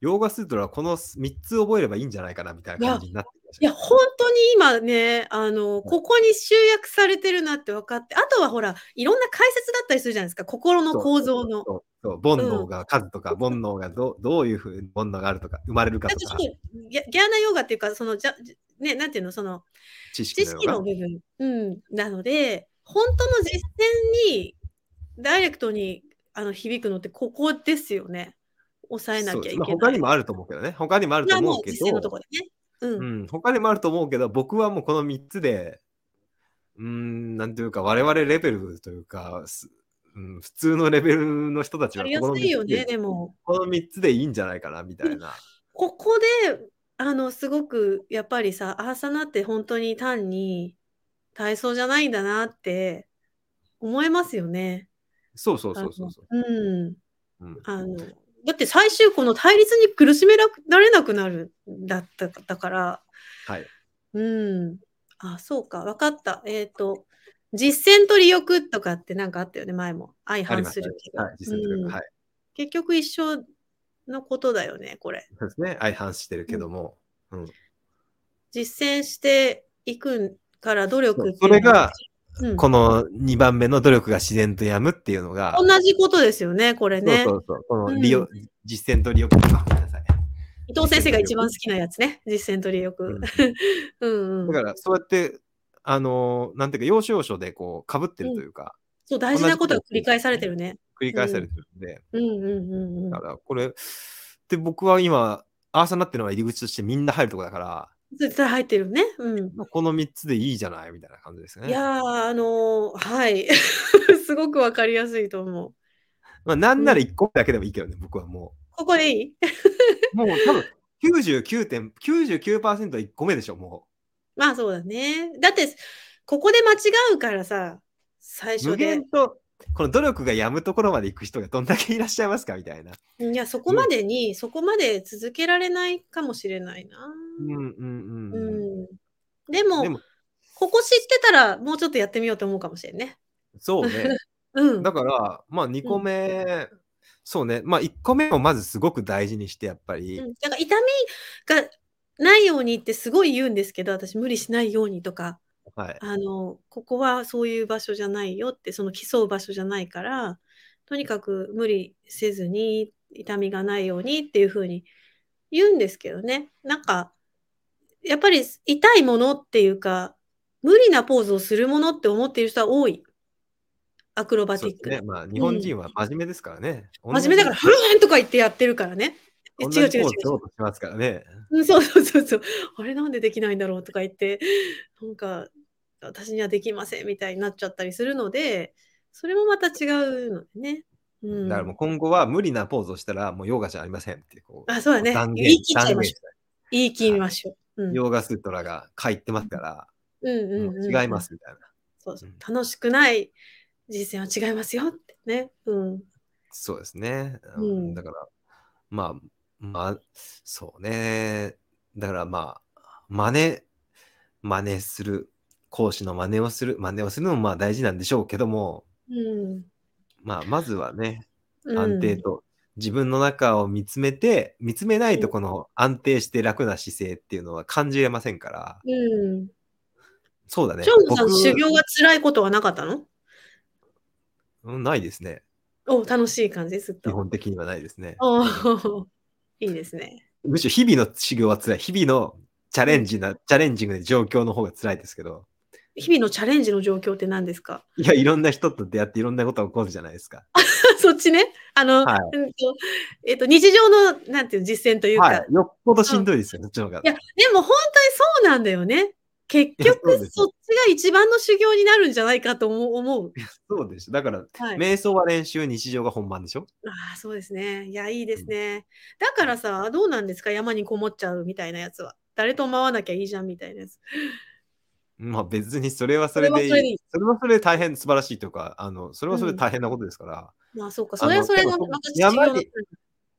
[SPEAKER 1] ヨーガスートラはこの3つ覚えればいいんじゃないかなみたいな感じになってきまし
[SPEAKER 2] い
[SPEAKER 1] た。
[SPEAKER 2] や、本当に今ね、あの、ここに集約されてるなって分かって、あとはほら、いろんな解説だったりするじゃないですか、心の構造の。
[SPEAKER 1] そうそう煩悩が数とか、煩悩がどどういうふうに煩悩があるとか、生まれるか
[SPEAKER 2] だっ
[SPEAKER 1] と
[SPEAKER 2] てちょ
[SPEAKER 1] か
[SPEAKER 2] っ、とギャギャーナヨガっていうか、その、じゃね、なんていうの、その、
[SPEAKER 1] 知識
[SPEAKER 2] 知
[SPEAKER 1] のよ
[SPEAKER 2] 識の
[SPEAKER 1] う
[SPEAKER 2] 部分、うん、なので、本当の実践に、ダイレクトにあの響くのって、ここですよね。抑え
[SPEAKER 1] な。
[SPEAKER 2] な
[SPEAKER 1] そう
[SPEAKER 2] きゃ
[SPEAKER 1] で
[SPEAKER 2] い
[SPEAKER 1] す
[SPEAKER 2] け
[SPEAKER 1] ま
[SPEAKER 2] な
[SPEAKER 1] あ他
[SPEAKER 2] い。
[SPEAKER 1] にもあると思うけどね。他にもあると
[SPEAKER 2] まあ
[SPEAKER 1] 思
[SPEAKER 2] も
[SPEAKER 1] う
[SPEAKER 2] う
[SPEAKER 1] け
[SPEAKER 2] 実践のと
[SPEAKER 1] ど、
[SPEAKER 2] ころでね。うん。
[SPEAKER 1] うん、他にもあると思うけど、僕はもうこの3つで、うーん、なんていうか、我々レベルというか、すうん、普通のレベルの人たち
[SPEAKER 2] や
[SPEAKER 1] は
[SPEAKER 2] り
[SPEAKER 1] こ
[SPEAKER 2] や
[SPEAKER 1] この
[SPEAKER 2] すいよ
[SPEAKER 1] 3つ
[SPEAKER 2] ね、
[SPEAKER 1] で
[SPEAKER 2] でも。
[SPEAKER 1] この三つでいいんじゃないかなみたい
[SPEAKER 2] *laughs*
[SPEAKER 1] な。
[SPEAKER 2] ここであのすごくやっぱりさアーサナって本当に単に体操じゃないんだなって思えますよね。
[SPEAKER 1] そうそうそうそうそう。
[SPEAKER 2] あのうん
[SPEAKER 1] うん
[SPEAKER 2] あのだって最終この対立に苦しめられなくなるんだっただから、
[SPEAKER 1] はい。
[SPEAKER 2] うん、あそうか分かったえっ、と実践と利欲とかってなんかあったよね前も
[SPEAKER 1] あ
[SPEAKER 2] 相
[SPEAKER 1] り
[SPEAKER 2] 反
[SPEAKER 1] ます
[SPEAKER 2] す
[SPEAKER 1] ね
[SPEAKER 2] るけど、
[SPEAKER 1] はい、実践というか
[SPEAKER 2] うん
[SPEAKER 1] はい。
[SPEAKER 2] 結局一緒のことだよねこれ。
[SPEAKER 1] そうですね。相反してるけども。うん
[SPEAKER 2] 実践していくから努力っていうの
[SPEAKER 1] それが、
[SPEAKER 2] うん
[SPEAKER 1] この2番目の努力が自然とやむっていうのが、
[SPEAKER 2] 同じことですよね、これね。
[SPEAKER 1] そうそうそう、こ
[SPEAKER 2] う
[SPEAKER 1] の
[SPEAKER 2] ん
[SPEAKER 1] 利用、実践と利用、あごめんなさい。
[SPEAKER 2] 伊藤先生が一番好きなやつね、実践取りよく。 *laughs* うんうん
[SPEAKER 1] だから、そうやって、あのーなんていうか、要所要所でこう、被ってるというか、
[SPEAKER 2] そう、大事なことが繰り返されてるね。
[SPEAKER 1] 繰り返されてるんで、
[SPEAKER 2] うんうんうんうん
[SPEAKER 1] だ。から、これ、で、僕は今、アーサナっていうのは入り口としてみんな入るとこだから、
[SPEAKER 2] 絶対入ってるね。うん。
[SPEAKER 1] まあこの3つでいいじゃないみたいな感じですね。
[SPEAKER 2] いやー、あのーはい。 *laughs* すごくわかりやすいと思う。
[SPEAKER 1] まあ、なんなら1個だけでもいいけどね、僕はもう。
[SPEAKER 2] ここでい *laughs* い
[SPEAKER 1] もう多分99点、99%は1個目でしょ、も
[SPEAKER 2] まあそうだね。だって、ここで間違うからさ、最
[SPEAKER 1] う。
[SPEAKER 2] 初
[SPEAKER 1] 無
[SPEAKER 2] で
[SPEAKER 1] 限。と、この努力がやむところまで行く人がどんだけいらっしゃいますかみたいな。
[SPEAKER 2] いや、そこまでに、そこまで続けられないかもしれないな。
[SPEAKER 1] うんうん
[SPEAKER 2] う
[SPEAKER 1] うん。
[SPEAKER 2] ん。でも、
[SPEAKER 1] でも
[SPEAKER 2] ここ知ってたら、もうちょっとやってみようと思うかもしれんね。
[SPEAKER 1] そうね。
[SPEAKER 2] うん。
[SPEAKER 1] だから、まあ2個目、そうね。まあ1個目をまずすごく大事にして、やっぱり。
[SPEAKER 2] うん、だから痛みがないようにってすごい言うんですけど私無理しないようにとか
[SPEAKER 1] はい。
[SPEAKER 2] あのここはそういう場所じゃないよってその競う場所じゃないからとにかく無理せずに痛みがないようにっていうふうに言うんですけどねなんかやっぱり痛いものっていうか無理なポーズをするものって思っている人は多いアクロバテ
[SPEAKER 1] そ
[SPEAKER 2] ィ
[SPEAKER 1] うで
[SPEAKER 2] ッ
[SPEAKER 1] す
[SPEAKER 2] ク
[SPEAKER 1] ね
[SPEAKER 2] な。
[SPEAKER 1] まあ日本人は真面目ですからね。
[SPEAKER 2] 真面目だから「フーン!」とか言ってやってるからね。え
[SPEAKER 1] 同
[SPEAKER 2] 違
[SPEAKER 1] じ
[SPEAKER 2] う
[SPEAKER 1] ポーズ
[SPEAKER 2] 違う違う違う
[SPEAKER 1] し。ようとしますからね。
[SPEAKER 2] うん、そうそうそうそう。あれなんでできないんだろうとか言って、なんか私にはできませんみたいになっちゃったりするので、それもまた違うのでね。うん、
[SPEAKER 1] だからもう今後は無理なポーズをしたらもうヨガじゃありませんってこう
[SPEAKER 2] あそうだね
[SPEAKER 1] 断
[SPEAKER 2] 言
[SPEAKER 1] 言
[SPEAKER 2] い切っちゃいましょう
[SPEAKER 1] 断
[SPEAKER 2] 言い切りましょう。うん
[SPEAKER 1] 言ヨガスートラが書いてますから、
[SPEAKER 2] うんうんうん
[SPEAKER 1] もう違いま。すみたいな。
[SPEAKER 2] そうそう
[SPEAKER 1] うん
[SPEAKER 2] 楽しくない人生は違いますよってね。うん。
[SPEAKER 1] そうですね。
[SPEAKER 2] うん
[SPEAKER 1] うんだから、まあ、まあ、そうね。だからまあ、真似、真似する、講師の真似をする、真似をするのもまあ大事なんでしょうけども、
[SPEAKER 2] うん
[SPEAKER 1] まあ、まずはね、
[SPEAKER 2] うん、
[SPEAKER 1] 安定と、自分の中を見つめて、見つめないとこの安定して楽な姿勢っていうのは感じれませんから、
[SPEAKER 2] うん。
[SPEAKER 1] そうだね。
[SPEAKER 2] ショーンさん、
[SPEAKER 1] 僕
[SPEAKER 2] 修行が辛いことはなかったの
[SPEAKER 1] うんないですね。
[SPEAKER 2] お楽しい感じ、ずっ
[SPEAKER 1] 基
[SPEAKER 2] と。
[SPEAKER 1] 本的にはないですね。
[SPEAKER 2] おー *laughs* いいですね。
[SPEAKER 1] むしろ日々の修行は辛い。日々のチャレンジな、チャレンジングで状況の方が辛いですけど、
[SPEAKER 2] 日々のチャレンジの状況って何ですか *laughs*
[SPEAKER 1] いや、いろんな人と出会っていろんなことが起こるじゃないですか。
[SPEAKER 2] そっちね。あの、
[SPEAKER 1] は
[SPEAKER 2] うんとえっと、日常の、なんていうの実践というか。
[SPEAKER 1] はいい。、よっぽどしんどいですよ、そっちの方が。
[SPEAKER 2] や、でも本当にそうなんだよね。結
[SPEAKER 1] いやそう
[SPEAKER 2] 局、
[SPEAKER 1] です
[SPEAKER 2] そっちが一番の修行になるんじゃないかと思う。思う
[SPEAKER 1] そうでしょ。だから、
[SPEAKER 2] はい、
[SPEAKER 1] 瞑想は練習、日常が本番でしょ。
[SPEAKER 2] ああそうですね。いや、いいですね。だからさ、どうなんですか山にこもっちゃうみたいなやつは。誰とも会わなきゃいいじゃんみたいなやつ。
[SPEAKER 1] まあ別にそれはそれでいい。
[SPEAKER 2] そ
[SPEAKER 1] それ
[SPEAKER 2] れはそ
[SPEAKER 1] はそれ
[SPEAKER 2] れでいい
[SPEAKER 1] で大変素晴らしいというか、あの、それはそれで大変なことですから、
[SPEAKER 2] まあ、そうか。それはそれの、
[SPEAKER 1] でも
[SPEAKER 2] また違
[SPEAKER 1] 山
[SPEAKER 2] う
[SPEAKER 1] に。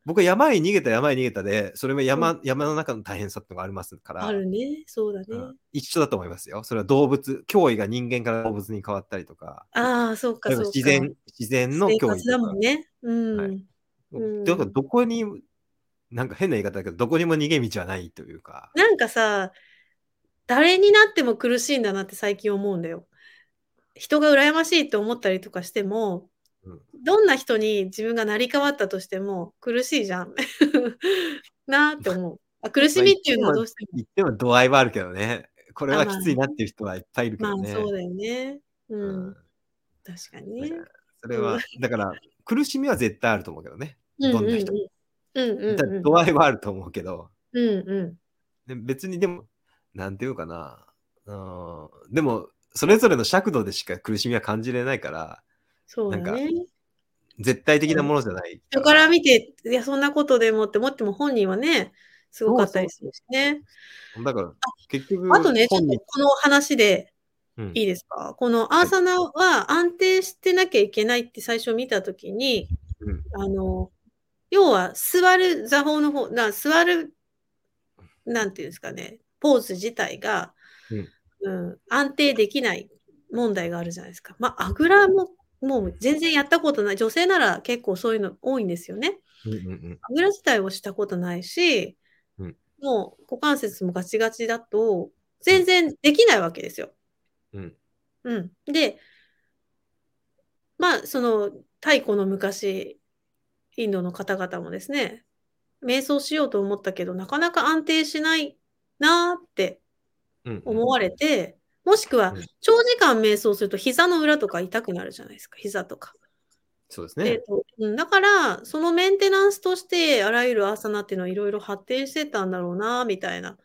[SPEAKER 1] 僕は山へ逃げた山へ逃げたで、それも山、山の中の大変さってのがありますから、
[SPEAKER 2] あるね。そうだね。
[SPEAKER 1] うん一緒だと思いますよ。それは動物、脅威が人間から動物に変わったりとか、
[SPEAKER 2] ああ、そうか、
[SPEAKER 1] 例え
[SPEAKER 2] そ
[SPEAKER 1] ば
[SPEAKER 2] うか。
[SPEAKER 1] 自然、自然の
[SPEAKER 2] 生
[SPEAKER 1] 脅威
[SPEAKER 2] 活だ
[SPEAKER 1] と
[SPEAKER 2] も
[SPEAKER 1] か
[SPEAKER 2] ん。ね。うん。
[SPEAKER 1] はい
[SPEAKER 2] うん
[SPEAKER 1] だからどこに、なんか変な言い方だけど、どこにも逃げ道はないというか、
[SPEAKER 2] なんかさ、誰になっても苦しいんだなって最近思うんだよ。人が羨ましいと思ったりとかしても、
[SPEAKER 1] うん
[SPEAKER 2] どんな人に自分が成り変わったとしても苦しいじゃん。 *laughs* なあって思う。あ苦しみっていうのはどうしても。
[SPEAKER 1] 言っても度合いはあるけどね、これ
[SPEAKER 2] あ
[SPEAKER 1] は
[SPEAKER 2] まあ
[SPEAKER 1] きついなっていう人はいっぱいいるけ
[SPEAKER 2] まあ
[SPEAKER 1] どね。
[SPEAKER 2] そうだよね。うん。
[SPEAKER 1] うん
[SPEAKER 2] 確かにね。
[SPEAKER 1] だからそれは、だから、苦しみは絶対あると思うけどね。
[SPEAKER 2] うん
[SPEAKER 1] どんな人
[SPEAKER 2] うんうんうん
[SPEAKER 1] だ
[SPEAKER 2] うん
[SPEAKER 1] 度合いはあると思うけど、
[SPEAKER 2] うんう
[SPEAKER 1] で別にでも、なんていうかな、うん、でも、それぞれの尺度でしか苦しみは感じれないから、
[SPEAKER 2] ん。そうだ
[SPEAKER 1] なんか
[SPEAKER 2] ね。
[SPEAKER 1] 絶対的なものじゃない。
[SPEAKER 2] 人から見て、いや、そんなことでもって思っても本人はね、すごかったりするしね。
[SPEAKER 1] だから、結局、
[SPEAKER 2] あとね、ちょっ
[SPEAKER 1] 本
[SPEAKER 2] と
[SPEAKER 1] 人
[SPEAKER 2] この話で、
[SPEAKER 1] うん
[SPEAKER 2] いいですかこのアーサナは安定してなきゃいけないって最初見たときに、
[SPEAKER 1] うん
[SPEAKER 2] あの、要は座る座法の方、な座る、なんていうんですかね、ポーズ自体が、うん安定できない問題があるじゃないですか。まあ、あぐらも、もう全然やったことない。女性なら結構そういうの多いんですよね。
[SPEAKER 1] うんうんうん
[SPEAKER 2] あぐら自体をしたことないし、
[SPEAKER 1] うん
[SPEAKER 2] もう股関節もガチガチだと、全然できないわけですよ。
[SPEAKER 1] うん
[SPEAKER 2] うん、でまあその太古の昔インドの方々もですね瞑想しようと思ったけどなかなか安定しないなーって
[SPEAKER 1] うんうん
[SPEAKER 2] 思われて、もしくは
[SPEAKER 1] うん
[SPEAKER 2] 長時間瞑想すると膝の裏とか痛くなるじゃないですか膝とか。
[SPEAKER 1] そうです
[SPEAKER 2] えっ
[SPEAKER 1] ね。
[SPEAKER 2] とうんだからそのメンテナンスとしてあらゆるアーサナっていうのはいろいろ発展してたんだろうなーみたいな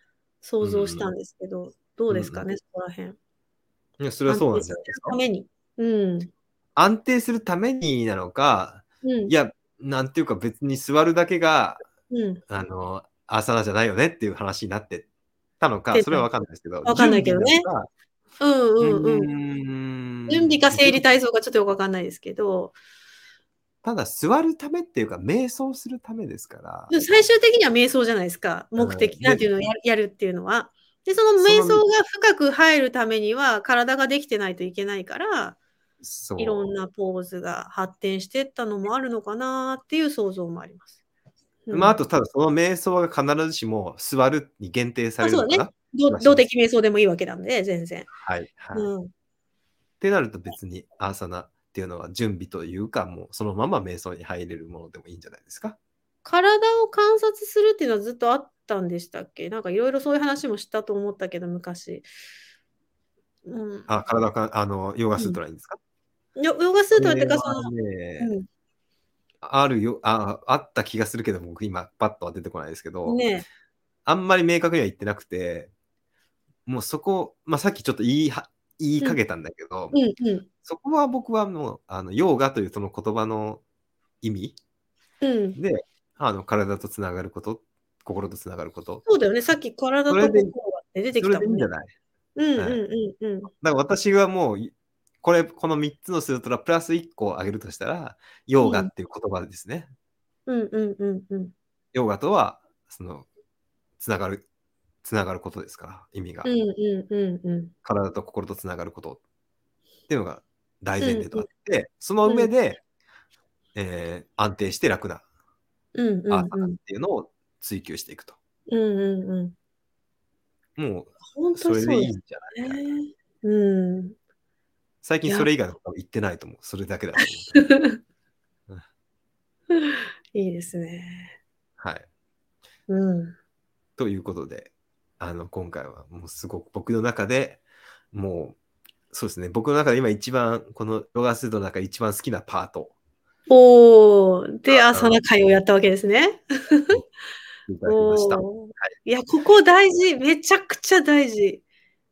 [SPEAKER 2] 想像したんですけど、どうですかね、そこら辺。
[SPEAKER 1] いやそれはそうなんじゃないです
[SPEAKER 2] 安定するた
[SPEAKER 1] か。
[SPEAKER 2] めに。うん。
[SPEAKER 1] 安定するためになのか、
[SPEAKER 2] うん
[SPEAKER 1] いや、なんていうか別に座るだけが、
[SPEAKER 2] うん。
[SPEAKER 1] あの、アーサナじゃないよねっていう話になってたのか
[SPEAKER 2] で、
[SPEAKER 1] それはわかんないですけど。
[SPEAKER 2] わかんないけどね
[SPEAKER 1] 準
[SPEAKER 2] うんうん
[SPEAKER 1] 備な
[SPEAKER 2] う
[SPEAKER 1] の
[SPEAKER 2] ん
[SPEAKER 1] か。。うん
[SPEAKER 2] 準備か整理体操かちょっとよくわかんないですけど、
[SPEAKER 1] ただ座るためっていうか、瞑想するためですから。
[SPEAKER 2] でも最終的には瞑想じゃないですか。
[SPEAKER 1] ん
[SPEAKER 2] 目的、
[SPEAKER 1] で
[SPEAKER 2] なんていうのをややるっていうのは。で、その瞑
[SPEAKER 1] その
[SPEAKER 2] 想が深く入るためには、体ができてないといけないから、
[SPEAKER 1] そう
[SPEAKER 2] いろんなポーズが発展してったのもあるのかなっていう想像もあります。うん
[SPEAKER 1] まあ、あと、ただその瞑想が必ずしも座るに限定されるのかな、
[SPEAKER 2] あど動的瞑想でもいいわけなんで、全然。
[SPEAKER 1] はい、はいっ
[SPEAKER 2] うん、
[SPEAKER 1] てなると別にアーサナっていうのは準備というか、もうそのまま瞑想に入れるものでもいいんじゃないですか。
[SPEAKER 2] 体を観察するっていうのはずっとあったんでしたっけなんかいろいろそういう話もしたと思ったけど、昔。うん、
[SPEAKER 1] あ、体か、あの、ヨガスートラいいんですか、
[SPEAKER 2] ヨヨガスートラってか、
[SPEAKER 1] こ
[SPEAKER 2] そ
[SPEAKER 1] れ
[SPEAKER 2] の、
[SPEAKER 1] はね
[SPEAKER 2] うん
[SPEAKER 1] あるよあ、あった気がするけど、僕今パッとは出てこないですけど、
[SPEAKER 2] ね
[SPEAKER 1] あんまり明確には言ってなくて、もうそこ、まあさっきちょっと言いは言いかけたんだけど、
[SPEAKER 2] うんうん
[SPEAKER 1] そこは僕はもう、あの、ヨーガというその言葉の意味
[SPEAKER 2] うん
[SPEAKER 1] で、あの、体とつながること、心とつながること、
[SPEAKER 2] そうだよねさっき体と
[SPEAKER 1] それ
[SPEAKER 2] 心
[SPEAKER 1] で
[SPEAKER 2] がって出て
[SPEAKER 1] そ
[SPEAKER 2] き
[SPEAKER 1] れ
[SPEAKER 2] た
[SPEAKER 1] でい
[SPEAKER 2] も
[SPEAKER 1] い
[SPEAKER 2] ん
[SPEAKER 1] んじ
[SPEAKER 2] ね
[SPEAKER 1] ゃない
[SPEAKER 2] うんうんうんうん
[SPEAKER 1] だから私はもう、これ、この3つのスートラ、プラス1個あげるとしたら、ヨーガっていう言葉ですね。
[SPEAKER 2] うんうんうんうん
[SPEAKER 1] ヨーガとは、その、つながる、つながることですから、意味が。
[SPEAKER 2] うんうんうんうん
[SPEAKER 1] 体と心とつながることっていうのが大前提とあって、その上で、えー安定して楽な
[SPEAKER 2] うんうん
[SPEAKER 1] アーサナっていうのを追求していくと。
[SPEAKER 2] うんうんうん
[SPEAKER 1] も
[SPEAKER 2] 本
[SPEAKER 1] う、そ
[SPEAKER 2] 当に
[SPEAKER 1] れ
[SPEAKER 2] そう
[SPEAKER 1] でいい
[SPEAKER 2] で
[SPEAKER 1] ん
[SPEAKER 2] す
[SPEAKER 1] じゃないみたいな
[SPEAKER 2] ねうん
[SPEAKER 1] 最近
[SPEAKER 2] いや
[SPEAKER 1] それ以外のことは言ってないと思う。それだけだと思
[SPEAKER 2] *laughs*
[SPEAKER 1] う。
[SPEAKER 2] いいですね
[SPEAKER 1] はい。
[SPEAKER 2] うん
[SPEAKER 1] ということで、あの、今回はもうすごく僕の中でもう、そうですね、僕の中で今一番、このヨガスードの中で一番好きなパート。
[SPEAKER 2] おーで朝の会をやったわけですね
[SPEAKER 1] いただき
[SPEAKER 2] お
[SPEAKER 1] ました。
[SPEAKER 2] ーいやここ大事めちゃくちゃ大事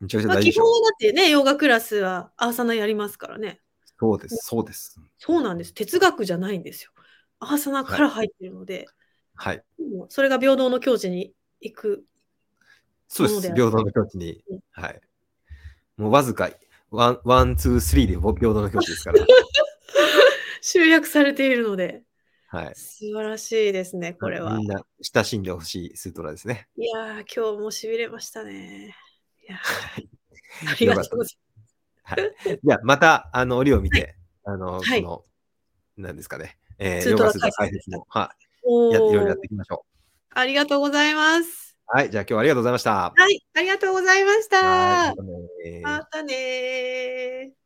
[SPEAKER 1] めちゃくちゃ
[SPEAKER 2] まあ
[SPEAKER 1] 大事で
[SPEAKER 2] 基
[SPEAKER 1] しょ
[SPEAKER 2] 本。はだってねヨガクラスは朝のやりますからね
[SPEAKER 1] そうです、そうです。
[SPEAKER 2] そうなんです。哲学じゃないんですよ。アーサナから入ってるので、
[SPEAKER 1] はい。
[SPEAKER 2] もうそれが平等の境地に行く。
[SPEAKER 1] そう
[SPEAKER 2] も
[SPEAKER 1] です。
[SPEAKER 2] のである
[SPEAKER 1] 平等の境地に
[SPEAKER 2] うん。
[SPEAKER 1] はい。もうわずか、ワン、ワン、ツー、スリーで平等の境地です
[SPEAKER 2] *laughs*
[SPEAKER 1] から。
[SPEAKER 2] 集約されているので、
[SPEAKER 1] はい。
[SPEAKER 2] 素晴らしいですね、これは。
[SPEAKER 1] みんな親しんでほしいスートラですね。
[SPEAKER 2] いやー、今日もしびれましたね。
[SPEAKER 1] *laughs*
[SPEAKER 2] いやーありがとうござい
[SPEAKER 1] はい。じゃあ、また、あの、折を見て、あの、
[SPEAKER 2] はい
[SPEAKER 1] この、なんですかね、えー、
[SPEAKER 2] スー
[SPEAKER 1] ヨ
[SPEAKER 2] ト
[SPEAKER 1] ガ
[SPEAKER 2] ラ
[SPEAKER 1] スートラ解説も、はい、やっていろいろや
[SPEAKER 2] ま
[SPEAKER 1] っ
[SPEAKER 2] す。
[SPEAKER 1] ていきましょ
[SPEAKER 2] ありがとうございます。
[SPEAKER 1] う。はい。じゃあ、今日はありがとうございました。
[SPEAKER 2] はい、ありがとうございました。
[SPEAKER 1] はいまたね
[SPEAKER 2] またねー。